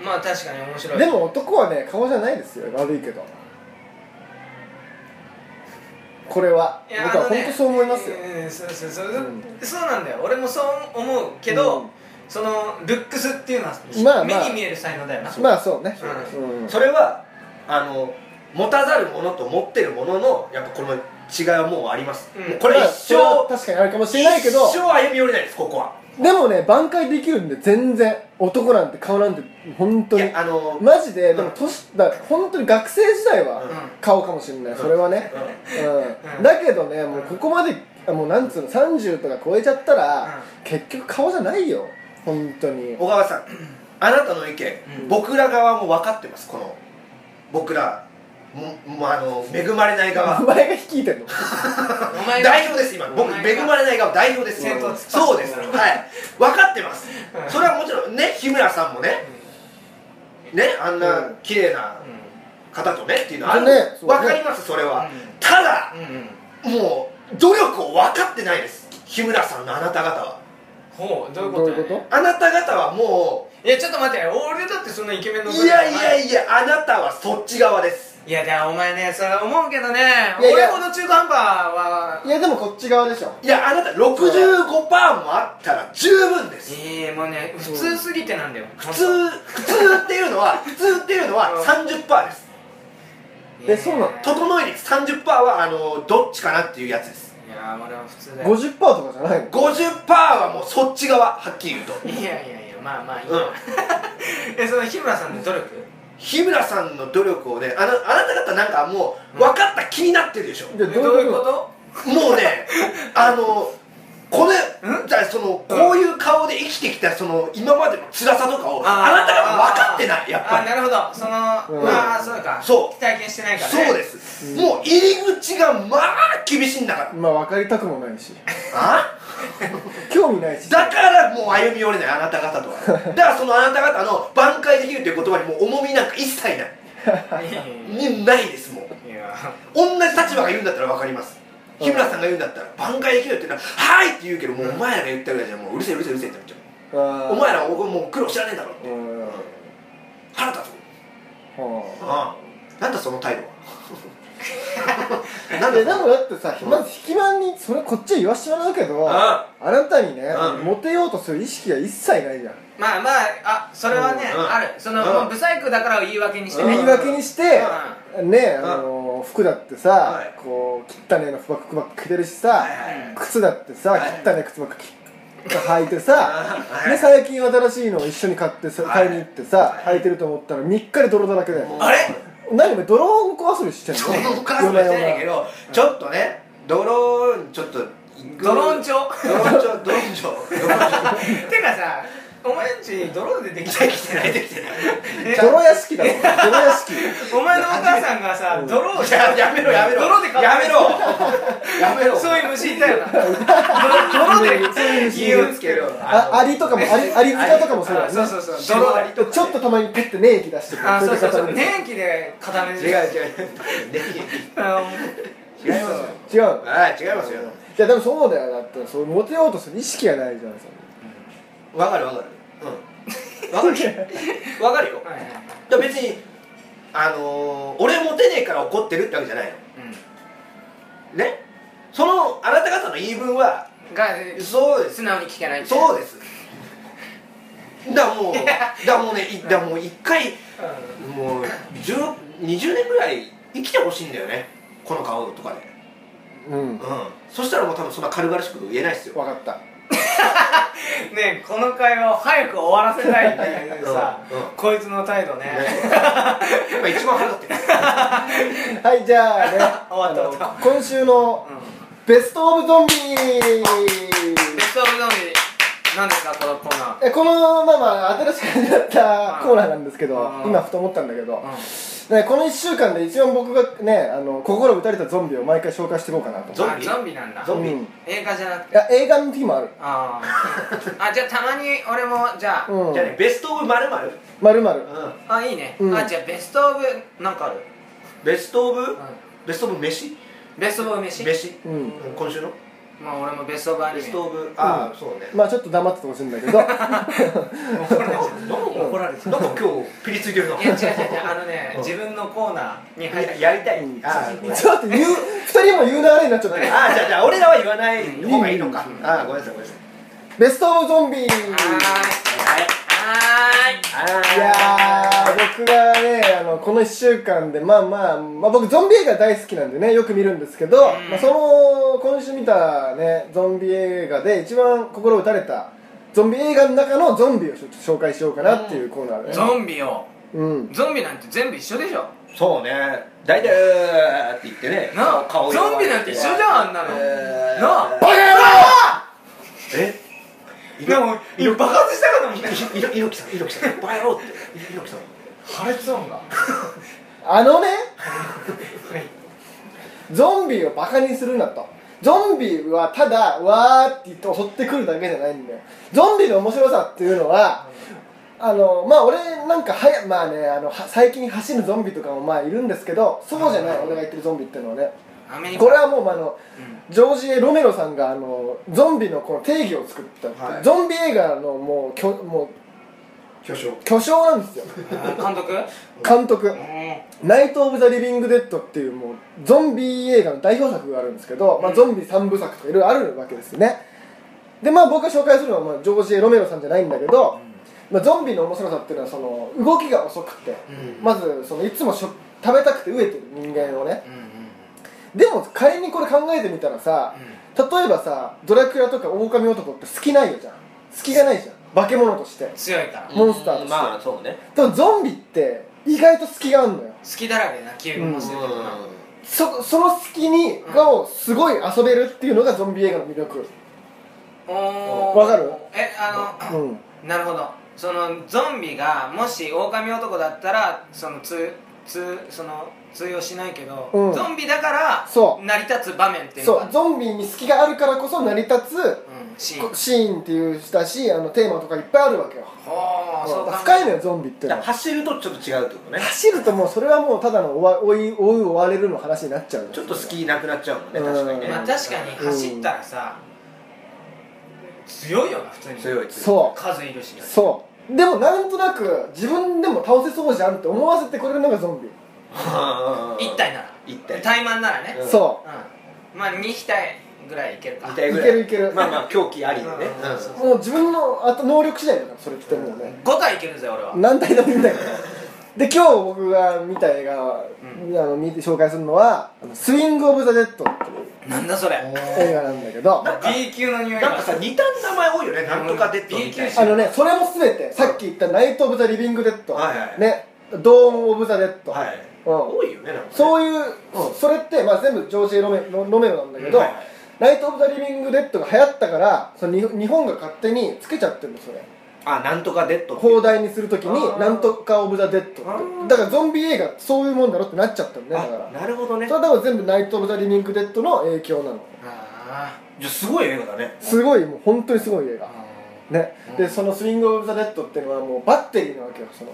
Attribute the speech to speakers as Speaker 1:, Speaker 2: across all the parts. Speaker 1: うんまあ確かに面白い
Speaker 2: でも男はね顔じゃないですよ悪いけどこれはい
Speaker 1: や
Speaker 2: 僕は
Speaker 1: あのね
Speaker 2: 本当そう思いますよ、
Speaker 1: うんそうそうそう
Speaker 2: うん
Speaker 1: そうなんだよ俺もそう思うけど、
Speaker 2: うん
Speaker 1: そのルックスっていうのは、
Speaker 2: まあまあ
Speaker 1: 目に見える才能だよな
Speaker 2: まあそうね
Speaker 1: そうです
Speaker 2: うん
Speaker 3: それはあの持たざるものと持ってるもののやっぱこの違いはもうあります、
Speaker 1: うん
Speaker 3: もうこれ
Speaker 2: まあ
Speaker 3: 一
Speaker 2: そ
Speaker 3: 生
Speaker 2: れは確かにあるかもしれないけど
Speaker 3: 一生歩み寄れないですここは
Speaker 2: でもね挽回できるんで全然男なんて顔なんて本当
Speaker 3: い
Speaker 2: に
Speaker 3: やあの
Speaker 2: マジで
Speaker 3: ん
Speaker 2: でも年だ本当に学生時代
Speaker 3: う
Speaker 1: うん
Speaker 2: は
Speaker 1: ん
Speaker 2: 顔かもしれない
Speaker 3: ん
Speaker 2: それはね、
Speaker 3: うん
Speaker 2: う、
Speaker 1: うんん
Speaker 2: だけどねもうここまでもうなんつうの30とか超えちゃったら結局顔じゃないよ本当に
Speaker 3: 小川さんあなたの意見、
Speaker 1: うん
Speaker 3: 僕ら側も分かってますこの僕らももうあの恵まれない側
Speaker 2: お前が率いてんの
Speaker 1: お前が
Speaker 3: 代表です今僕恵まれない側代表です
Speaker 1: 先頭突っ走って
Speaker 3: そうですはい分かってます
Speaker 1: うん
Speaker 3: それはもちろんね日村さんもねねあん
Speaker 2: う
Speaker 3: なん綺麗な方とねっていうのはある
Speaker 2: でねそうね
Speaker 3: 分かりますそれは
Speaker 1: うん
Speaker 3: ただ
Speaker 1: うんうんうん
Speaker 3: もう努力を分かってないです日村さんのあなた方は
Speaker 1: ほうどういうこ
Speaker 2: ど
Speaker 1: と
Speaker 2: ういうこ
Speaker 3: あなた方はも
Speaker 1: いやちょっと待ってよ俺だってそんなイケメンの
Speaker 3: ういやいや
Speaker 1: い
Speaker 3: いやあなたはそっち側です
Speaker 1: やいやお前ねそれ思うけどね
Speaker 2: いやいや
Speaker 1: 俺ほど中途半端はい
Speaker 2: やでもこっち側でしょ
Speaker 3: いやあなた65%もあったら十分です
Speaker 1: ええもうね普通すぎてなんだよ
Speaker 3: 普通普通っていうのは普通っていうのは30%です
Speaker 2: えそうなの
Speaker 3: 整い率30%はあのどっちかなっていうやつです
Speaker 1: いや俺は普通だよ
Speaker 2: 50%とかじゃないの
Speaker 3: 50%はもうそっち側はっきり言うと
Speaker 1: いやいやいやまあまあいいや、
Speaker 3: うん
Speaker 1: えその日村さんの努力
Speaker 3: 日村さんの努力をねあのあなた方なんかもう分かった気になってるでしょ、
Speaker 2: で
Speaker 1: えどう
Speaker 2: どうい
Speaker 1: いうう
Speaker 2: こ
Speaker 1: ことと
Speaker 3: もう ねあのこれじゃあそのこういう顔で生きてきたその今までの辛さとかをあなたが分かってないやっぱ
Speaker 1: あーなるほどその、
Speaker 2: うん
Speaker 1: ああそうか
Speaker 3: そう
Speaker 1: 体験してない
Speaker 3: り
Speaker 1: から、ね、
Speaker 3: そうですす、もう入り口がまあ厳しいんだから
Speaker 2: まあ分かりたくもないし
Speaker 3: あ
Speaker 2: 興味ないし
Speaker 3: だからもう歩み寄れないあなた方とはだからそのあなた方の挽回できるという言葉にもう重みなんか一切ないにないですもう
Speaker 1: いや
Speaker 3: 同じ立場が言うんだったら分かります
Speaker 2: うん
Speaker 3: 日村さんが言うんだったら挽回できるっていうのは「はい!」って言うけどもうお前らが言ったぐらいじゃもううるせえうるせえうるせえってなっちゃ うお
Speaker 2: お
Speaker 3: 前らは僕もう苦労知らねえだろって
Speaker 2: うんは
Speaker 3: 腹立つ
Speaker 2: あ
Speaker 3: ああなんだその態度 はなん
Speaker 2: いや
Speaker 3: で
Speaker 2: でもだってさ、
Speaker 3: うん
Speaker 2: まず引きまんにそれこっちは言わしてもらうけど、
Speaker 3: ん
Speaker 2: あなたにね、
Speaker 3: うん
Speaker 2: モテようとする意識が一切ないじゃん、
Speaker 1: まあまああそれはね、
Speaker 3: うん
Speaker 1: あるその、
Speaker 3: うん
Speaker 1: もうブサイクだからを言い訳にしてね、
Speaker 2: 言い訳にして、ねあのー服だってさ、
Speaker 3: はい
Speaker 2: こう汚ねえの服ばっか服ばっか着てるしさ、
Speaker 3: はいはいはい
Speaker 2: 靴だってさ、
Speaker 3: はい
Speaker 2: 汚ねえ靴ばっか履いてさ
Speaker 3: はい
Speaker 2: で最近新しいのを一緒に買ってさ
Speaker 3: は
Speaker 2: 買
Speaker 3: い
Speaker 2: いに行ってさ、履いてると思ったら3日で泥だらけだよ
Speaker 3: あれ
Speaker 2: 何お前泥んこ遊びしてんの
Speaker 3: そのお母さんもしてないけどちょっとねドローンちょっと
Speaker 1: ドローン
Speaker 3: ち
Speaker 1: 帳
Speaker 3: ドローンちょドローンちょドローンちょ
Speaker 1: てかさお前んち泥でできた
Speaker 3: できてないできてない
Speaker 1: え
Speaker 2: 泥屋敷だろ泥屋敷
Speaker 1: お前のお母さんがさ泥をし
Speaker 3: ややめろやめろ
Speaker 1: 泥で
Speaker 3: やめろやめろ
Speaker 1: そういう虫いたよな泥泥で家をつける
Speaker 2: あアリとかもアリアリ塚とかもそうだよ
Speaker 1: あ
Speaker 2: ね
Speaker 1: そうそうそう
Speaker 3: シロ
Speaker 1: 泥
Speaker 3: ア
Speaker 1: だ
Speaker 3: リとか
Speaker 2: ちょっとたまにペッて粘液出してくる
Speaker 1: あそうそうそう
Speaker 2: い
Speaker 1: 電気で固め
Speaker 3: 違う
Speaker 1: る
Speaker 3: 違う違う違います
Speaker 2: う違
Speaker 3: よ
Speaker 2: うの
Speaker 3: あ違いますよ
Speaker 2: いやでもそうだよだってそうモテようとする意識がないじゃんそれ
Speaker 3: わかるわかるうんわかるわか るよ
Speaker 1: はいはい
Speaker 3: だから別にあのー、俺モテねえから怒ってるってわけじゃないのねそのあなた方の言い分は
Speaker 1: うんが
Speaker 3: そうです
Speaker 1: 素直に聞けないって
Speaker 3: そうですだからもうだからもうねいだからもう一回
Speaker 1: う
Speaker 3: もう10 20年ぐらい生きてほしいんだよねこの顔とかで
Speaker 2: うん
Speaker 3: う
Speaker 2: 分
Speaker 3: んそしたらもう多分そんな軽々しく言えな いですよ
Speaker 2: かった
Speaker 1: んねえこの会話を早く終わらせたいっていうさ
Speaker 3: うんうん
Speaker 1: こいつの態度ね
Speaker 3: ねやっぱ一番腹立ってる
Speaker 2: はいじゃあね
Speaker 1: 終わった終わ
Speaker 2: あの今週の
Speaker 1: うん
Speaker 2: ベストオブゾンビ
Speaker 1: ベストオブゾンビ何ですかこのコーナー
Speaker 2: えこのまあまあ新しく始まったコーナーなんですけど
Speaker 1: あー
Speaker 2: 今ふと思ったんだけど
Speaker 1: うん
Speaker 2: ねこの1週間で一番僕がねあの心打たれたゾンビを毎回紹介していこうかなと
Speaker 3: ゾンビ
Speaker 1: あゾンビなんだ
Speaker 3: ゾンビ
Speaker 2: うんい
Speaker 1: 映画じゃなくて
Speaker 2: や映画の時もある
Speaker 1: あー あじゃあたまに俺もじゃあ、
Speaker 2: うん
Speaker 3: じゃあねベストオブまるまる
Speaker 2: まるまる
Speaker 1: あいいね、
Speaker 2: うん
Speaker 1: あじゃあベストオブなんかある、
Speaker 3: ベストオブ
Speaker 1: う
Speaker 3: ベストオブ飯
Speaker 1: ん、ベストオブ飯
Speaker 3: 飯
Speaker 2: うん
Speaker 3: うん今週の
Speaker 1: まあ俺もベストオブアニメ
Speaker 3: ベストオブああそうね
Speaker 2: まあちょっと黙っててほしいんだけど
Speaker 3: 怒られちゃう
Speaker 1: 怒られちゃう
Speaker 3: どピリついてるない
Speaker 1: や違う違う違うあのね
Speaker 3: うん
Speaker 1: 自分のコーナーに入って
Speaker 3: ややりたい
Speaker 2: うん
Speaker 3: あ
Speaker 1: そう
Speaker 2: ちょっと待って言う2人も言う流れになっちゃった
Speaker 3: ああじゃあじゃあ俺らは言わない方がいいのか
Speaker 1: うん
Speaker 3: ああごめんなさいごめんなさい
Speaker 2: ベストオブゾンビ
Speaker 1: はい
Speaker 3: はい
Speaker 2: いやー僕がねあのこの1週間でまあまあ、まあ、僕ゾンビ映画大好きなんでねよく見るんですけど、
Speaker 1: うん
Speaker 2: まあ、その今週見たねゾンビ映画で一番心打たれたゾンビ映画の中のゾンビをちょっと紹介しようかなっていうコーナー
Speaker 1: は
Speaker 2: で、
Speaker 1: い
Speaker 2: ね
Speaker 1: ゾンビを
Speaker 2: うん、
Speaker 1: ゾンビなんて全部一緒でしょ
Speaker 3: そうね大体うーって言ってね
Speaker 1: なあ
Speaker 3: 顔色
Speaker 1: ゾンビなんて一緒じゃんあんなの
Speaker 3: えー
Speaker 1: なあ
Speaker 2: バカ野
Speaker 3: え
Speaker 1: でも今爆発したかと思った
Speaker 3: いろ猪木さん猪木さんバカ野郎って猪木さん
Speaker 1: 破裂音が
Speaker 2: あのねゾンビをバカにするなとゾンビはただわーって言って襲ってくるだけじゃないんだよゾンビの面白さっていうのはあのまあ俺なんかはやまあねあのは最近走るゾンビとかもまあいるんですけどそうじゃない俺が言ってるゾンビっていうのはね
Speaker 1: アメリカ
Speaker 2: これはもうあの
Speaker 1: うん
Speaker 2: ジョージ・エロメロさんがあのゾンビのこの定義を作ったって、
Speaker 3: はい
Speaker 2: ゾンビ映画のもうきょも
Speaker 3: 巨匠
Speaker 2: う巨匠なんですよ
Speaker 1: 監督
Speaker 2: 監督、
Speaker 1: うん
Speaker 2: ナイト・オブ・ザ・リビング・デッドっていうもうゾンビ映画の代表作があるんですけど、ま
Speaker 1: う
Speaker 2: あ、
Speaker 1: ん
Speaker 2: ゾンビ3部作とかいろいろあるわけですよねでまあ僕が紹介するのは、まあ、ジョージ・エロメロさんじゃないんだけど、まあ、ゾンビの面白さっていうのはその動きが遅くて、
Speaker 1: うん
Speaker 2: まずそのいつもしょ食べたくて飢えてる人間をね
Speaker 1: うん
Speaker 2: でも仮にこれ考えてみたらさ例えばさドラクエとか狼男って好きないよじゃん隙がないじゃん化け物として
Speaker 1: 強いから好
Speaker 2: モンスターとして
Speaker 3: まあそうね
Speaker 2: でもゾンビって意外と隙があるのよ
Speaker 1: きだらけな気分もするけどな
Speaker 2: そその隙にがをすごい遊べるっていうのがゾンビ映画の魅力
Speaker 1: おー
Speaker 2: わかる
Speaker 1: えあの
Speaker 2: うん
Speaker 1: なるほどそのゾンビがもし狼男だったらその通通その通用しないけど、
Speaker 2: うん
Speaker 1: ゾンビだから
Speaker 2: そう
Speaker 1: 成り立つ場面っていうの
Speaker 2: そ
Speaker 1: が
Speaker 2: うゾンビに隙があるからこそ成り立つ
Speaker 1: うん、シーン
Speaker 2: こシーンっていうしたしあのテーマとかいっぱいあるわけよ
Speaker 1: ほうそう考え
Speaker 2: 深いのよゾンビって
Speaker 3: だ
Speaker 2: の
Speaker 3: から
Speaker 2: は
Speaker 3: 走るとちょっと違うってことね
Speaker 2: 走るともうそれはもうただの追わ追い追う追われるの話になっちゃう
Speaker 3: ちょっと好きなくなっちゃうもんね
Speaker 2: うん
Speaker 3: 確かにね
Speaker 1: まあ確かに
Speaker 2: うん
Speaker 1: 走ったらさ、強いよな普通に
Speaker 3: 強い
Speaker 2: そう
Speaker 1: 数いるし
Speaker 2: そうでもなんとなく自分でも倒せそうじゃんって思わせてくれるのがゾンビ、
Speaker 1: 1体なら
Speaker 3: 一体
Speaker 1: 怠慢ならね、
Speaker 3: う
Speaker 1: うんん
Speaker 2: そ
Speaker 1: まあ2体ぐらいいけるか
Speaker 3: 二体ぐら
Speaker 2: いけるいける
Speaker 3: まあまあ狂気ありでね
Speaker 1: うんそう
Speaker 2: うもう自分のあと能力次第だからそれってもうね、
Speaker 1: 5体いけるぜ俺は
Speaker 2: 何体でも見たいからで今日僕が見た映画を、
Speaker 1: う
Speaker 2: あの見て紹介するのは「あのスイング・オブ・ザ・デッド」っていう
Speaker 1: なんだそれ
Speaker 2: 映画なんだけど
Speaker 1: B 級の匂い
Speaker 3: なん
Speaker 1: が
Speaker 3: かさ似た名前多いよねなんとかデッドみたいな
Speaker 2: あのねそれも全てさっき言った「ナイト・オブ・ザ・リビング・デッド」
Speaker 3: はいはい
Speaker 2: ね「ドーン・オブ・ザ・デッド」
Speaker 3: はい
Speaker 2: うん
Speaker 3: 多いよねなんかね
Speaker 2: そういう、それって、まあ、全部ジョージ・ロメロロメロなんだけど、
Speaker 3: うんはいはい
Speaker 2: ナイト・オブ・ザ・リビング・デッドが流行ったからそのに日本が勝手につけちゃってるのそれ
Speaker 3: あなんとかデッドっていう
Speaker 2: 放題にするとき
Speaker 3: あー
Speaker 2: になんとか・オブ・ザ・デッド
Speaker 1: あ
Speaker 2: って
Speaker 1: ー
Speaker 2: だからゾンビ映画ってそういうもんだろってなっちゃったのねだから
Speaker 3: あなるほどね
Speaker 2: それは多分全部ナイト・オブ・ザ・リビング・デッドの影響なの
Speaker 1: あ
Speaker 3: じゃあすごい映画だね
Speaker 2: すごいもう本当にすごい映
Speaker 1: ー
Speaker 2: 画
Speaker 1: あ
Speaker 2: ねでそのスイング・オブ・ザ・デッドっていうのはもうバッテリーなわけよその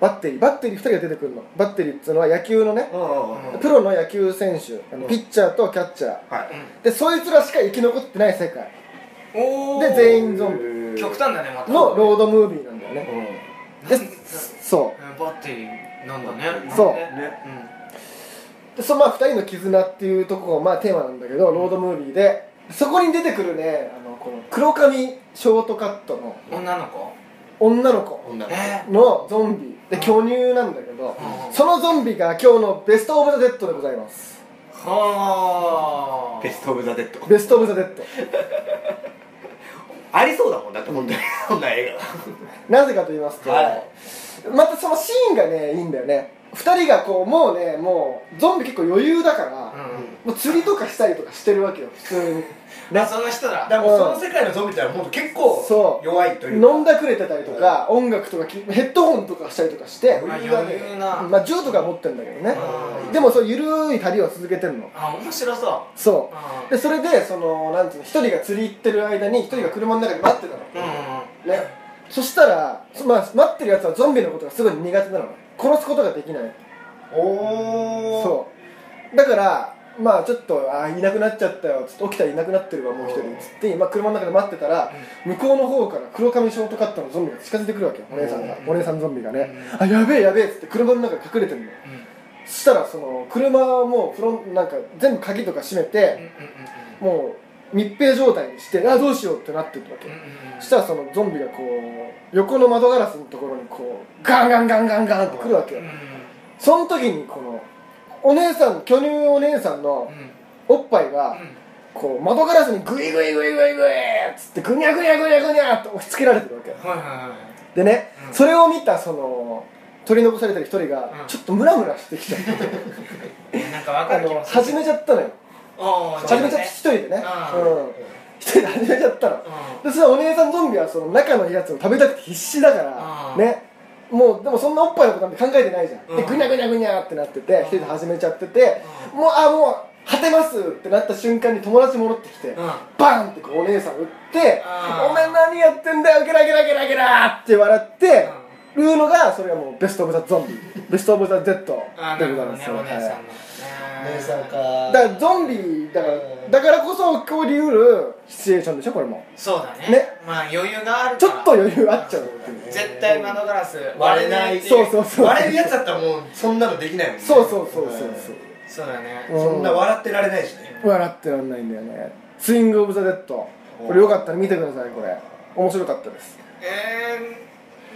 Speaker 2: バッテリーバッテリー2人が出てくるのバッテリーっていうのは野球のね
Speaker 3: うん
Speaker 1: うん
Speaker 2: プロの野球選手あのピッチャーとキャッチャー
Speaker 3: は
Speaker 1: ー
Speaker 3: い
Speaker 2: でそいつらしか生き残ってない世界
Speaker 1: うんおお
Speaker 2: で全員ゾンビ
Speaker 3: ビ
Speaker 1: 極端だねまた
Speaker 2: のロードムービーなんだよね
Speaker 3: う
Speaker 2: で
Speaker 1: なん
Speaker 2: そ
Speaker 1: えバッテリーなんだね
Speaker 2: そう
Speaker 1: なん
Speaker 3: ん
Speaker 1: で
Speaker 3: ね
Speaker 2: うでそのまあ2人の絆っていうところがまあテーマなんだけどロードムービーでそこに出てくるねあのこの黒髪ショートカットの
Speaker 1: うん女の子
Speaker 2: 女の子
Speaker 3: 女の子
Speaker 1: え
Speaker 2: のゾンビで巨乳なんだけど
Speaker 1: うん
Speaker 2: そのゾンビが今日のベスト・オブ・ザ・デッドでございます
Speaker 1: はあ
Speaker 3: ベストオブザデッド
Speaker 2: ベスト・オブ・ザ・デッド
Speaker 3: ありそうだもんだって本当にこんな映
Speaker 2: なぜかと言いますと、
Speaker 3: は
Speaker 2: またそのシーンがねいいんだよね2人がこうもうねもうゾンビ結構余裕だから、
Speaker 1: うん
Speaker 2: もう釣りとかしたりとかしてるわけよ普通に
Speaker 1: まあその人だ
Speaker 3: 画だからもうその世界のゾンビってのはもう結構
Speaker 2: そう
Speaker 3: 弱いというか
Speaker 2: 飲んだくれてたりとか、音楽とかきヘッドホンとかしたりとかして、
Speaker 1: まあ
Speaker 3: 余裕だね
Speaker 1: 余裕な
Speaker 2: まあ、銃とか持ってるんだけどね、
Speaker 1: うん
Speaker 2: でもそうゆるい旅を続けてるの
Speaker 1: あ面白そう
Speaker 2: そううんでそれでそのなんていうの一人が釣り行ってる間に一人が車の中で待ってたの、
Speaker 1: うんうん
Speaker 2: ねそしたら、そまあ、待ってるやつはゾンビのことがすごい苦手なの殺すことができない
Speaker 3: おお
Speaker 2: そうだからまあちょっとあーいなくなっちゃったよつって起きたらいなくなってるわもう一人つって今車の中で待ってたら向こうの方から黒髪ショートカットのゾンビが近づいてくるわけよお姉さんがお姉さんゾンビがねあやべえやべえっつって車の中に隠れてるのそしたらその車はもうフロンなんか全部鍵とか閉めてもう密閉状態にしてあどうしようってなってるわけそしたらそのゾンビがこう横の窓ガラスのところにこうガンガンガンガンガンって来るわけよその時にこのお姉さん巨乳お姉さんのおっぱいがこう窓ガラスにグイグイグイグイグイっつってグニャグニャグニャグニャって押し付けられてるわけでね、
Speaker 1: うん
Speaker 2: それを見たその取り残されてる一人が
Speaker 1: うん
Speaker 2: ちょっとムラムラし てきちゃって、
Speaker 1: なんかわか
Speaker 2: あ
Speaker 1: る気
Speaker 2: の
Speaker 1: もする
Speaker 2: 始めちゃったのよ
Speaker 1: おー
Speaker 2: 始めちゃって一人でね
Speaker 1: あ
Speaker 2: う
Speaker 1: ー
Speaker 2: ん一人で始めちゃったの
Speaker 1: う
Speaker 2: でそのお姉さんゾンビはその中のやつを食べたくて必死だか
Speaker 1: あ
Speaker 2: ら
Speaker 1: ー
Speaker 2: ねもうでもそんなおっぱいのことなんて考えてないじゃんで
Speaker 1: うん
Speaker 2: グニャグニャグニャってなってて
Speaker 1: ん
Speaker 2: 一人で始めちゃってて
Speaker 1: う
Speaker 2: もうあもう果てますってなった瞬間に友達戻ってきて
Speaker 1: んうん
Speaker 2: バーンってこうお姉さん打って
Speaker 1: あ
Speaker 2: 「
Speaker 1: ー
Speaker 2: お前何やってんだよゲラゲラゲラゲラ」って笑ってるのがそれがもうベスト・オブ・ザ・ ゾンビベスト・オブ・ザ・ゼット
Speaker 1: あー
Speaker 2: で
Speaker 1: な
Speaker 2: ご
Speaker 1: る
Speaker 2: ざ
Speaker 1: ほ
Speaker 2: い
Speaker 1: ど
Speaker 2: ます
Speaker 1: ね
Speaker 2: よ
Speaker 1: お姉さんのね
Speaker 2: はい
Speaker 3: 姉
Speaker 2: だ
Speaker 3: さんか
Speaker 2: からゾンビだからだからこそ起こりうるシチュエーションでしょこれも
Speaker 1: そうだね
Speaker 2: ね
Speaker 1: まあ余裕があるから
Speaker 2: ちょっと余裕あっちゃうっていう
Speaker 1: 絶対窓ガラス割れないってい
Speaker 2: そうそうそう
Speaker 3: 割れるやつだったらもうそんなのできないもんね
Speaker 2: そうそうそうそうそう
Speaker 1: そうだね
Speaker 2: うん
Speaker 3: そんな笑ってられないしね
Speaker 2: 笑ってらんないんだよねスイング・オブ・ザ・デッドこれよかったら見てくださいこれ面白かったです
Speaker 1: え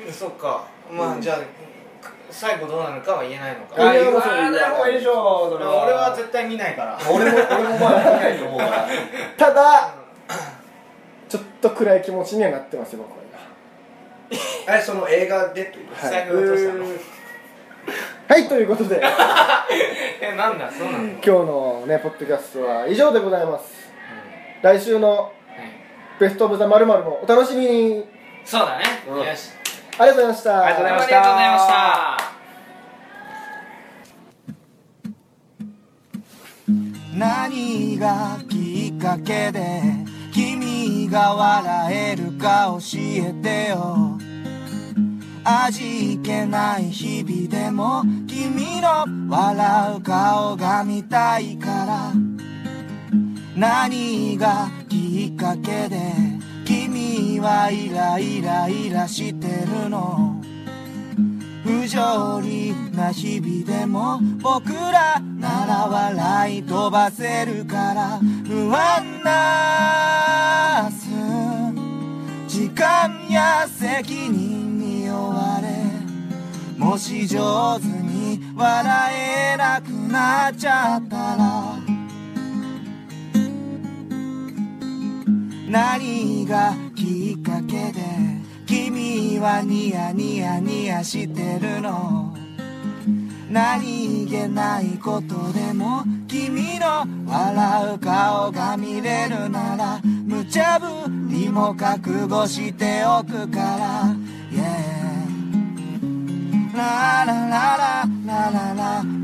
Speaker 1: ー、そっかまあ、
Speaker 2: うん
Speaker 1: じゃあ最後どうなるかは言えないのか
Speaker 2: あ
Speaker 1: 俺
Speaker 2: 言わない方がいいで
Speaker 3: しょ俺
Speaker 1: は絶対見ないから
Speaker 3: 俺も俺もまあ見ないと思うから
Speaker 2: ただちょっと暗い気持ちにはなってますよこれが
Speaker 3: えその映画でってこと
Speaker 2: はい
Speaker 1: 財布落としたの
Speaker 3: うーん
Speaker 2: はいということで今
Speaker 1: えなんだそうなの、うん
Speaker 2: 日のねポッドキャストは以上でございます来週の
Speaker 1: はい
Speaker 2: ベスト・オブ・ザ・〇〇もお楽しみに
Speaker 1: そうだね、
Speaker 3: うん
Speaker 1: よし
Speaker 2: ありがとうございました
Speaker 1: ありがとうございました
Speaker 2: ありがとうございました
Speaker 4: 何がきっかけで君が笑えるか教えてよ味気ない日々でも君の笑う顔が見たいから何がきっかけで君はイライライラしてるの不条理な日々でも僕らなら笑い飛ばせるから不安な明日時間や責任に追われもし上手に笑えなくなっちゃったら何がきっかけで君はニヤニヤニヤしてるの何気ないことでも君の笑う顔が見れるなら無茶ぶりも覚悟しておくから Yeah ララララララララ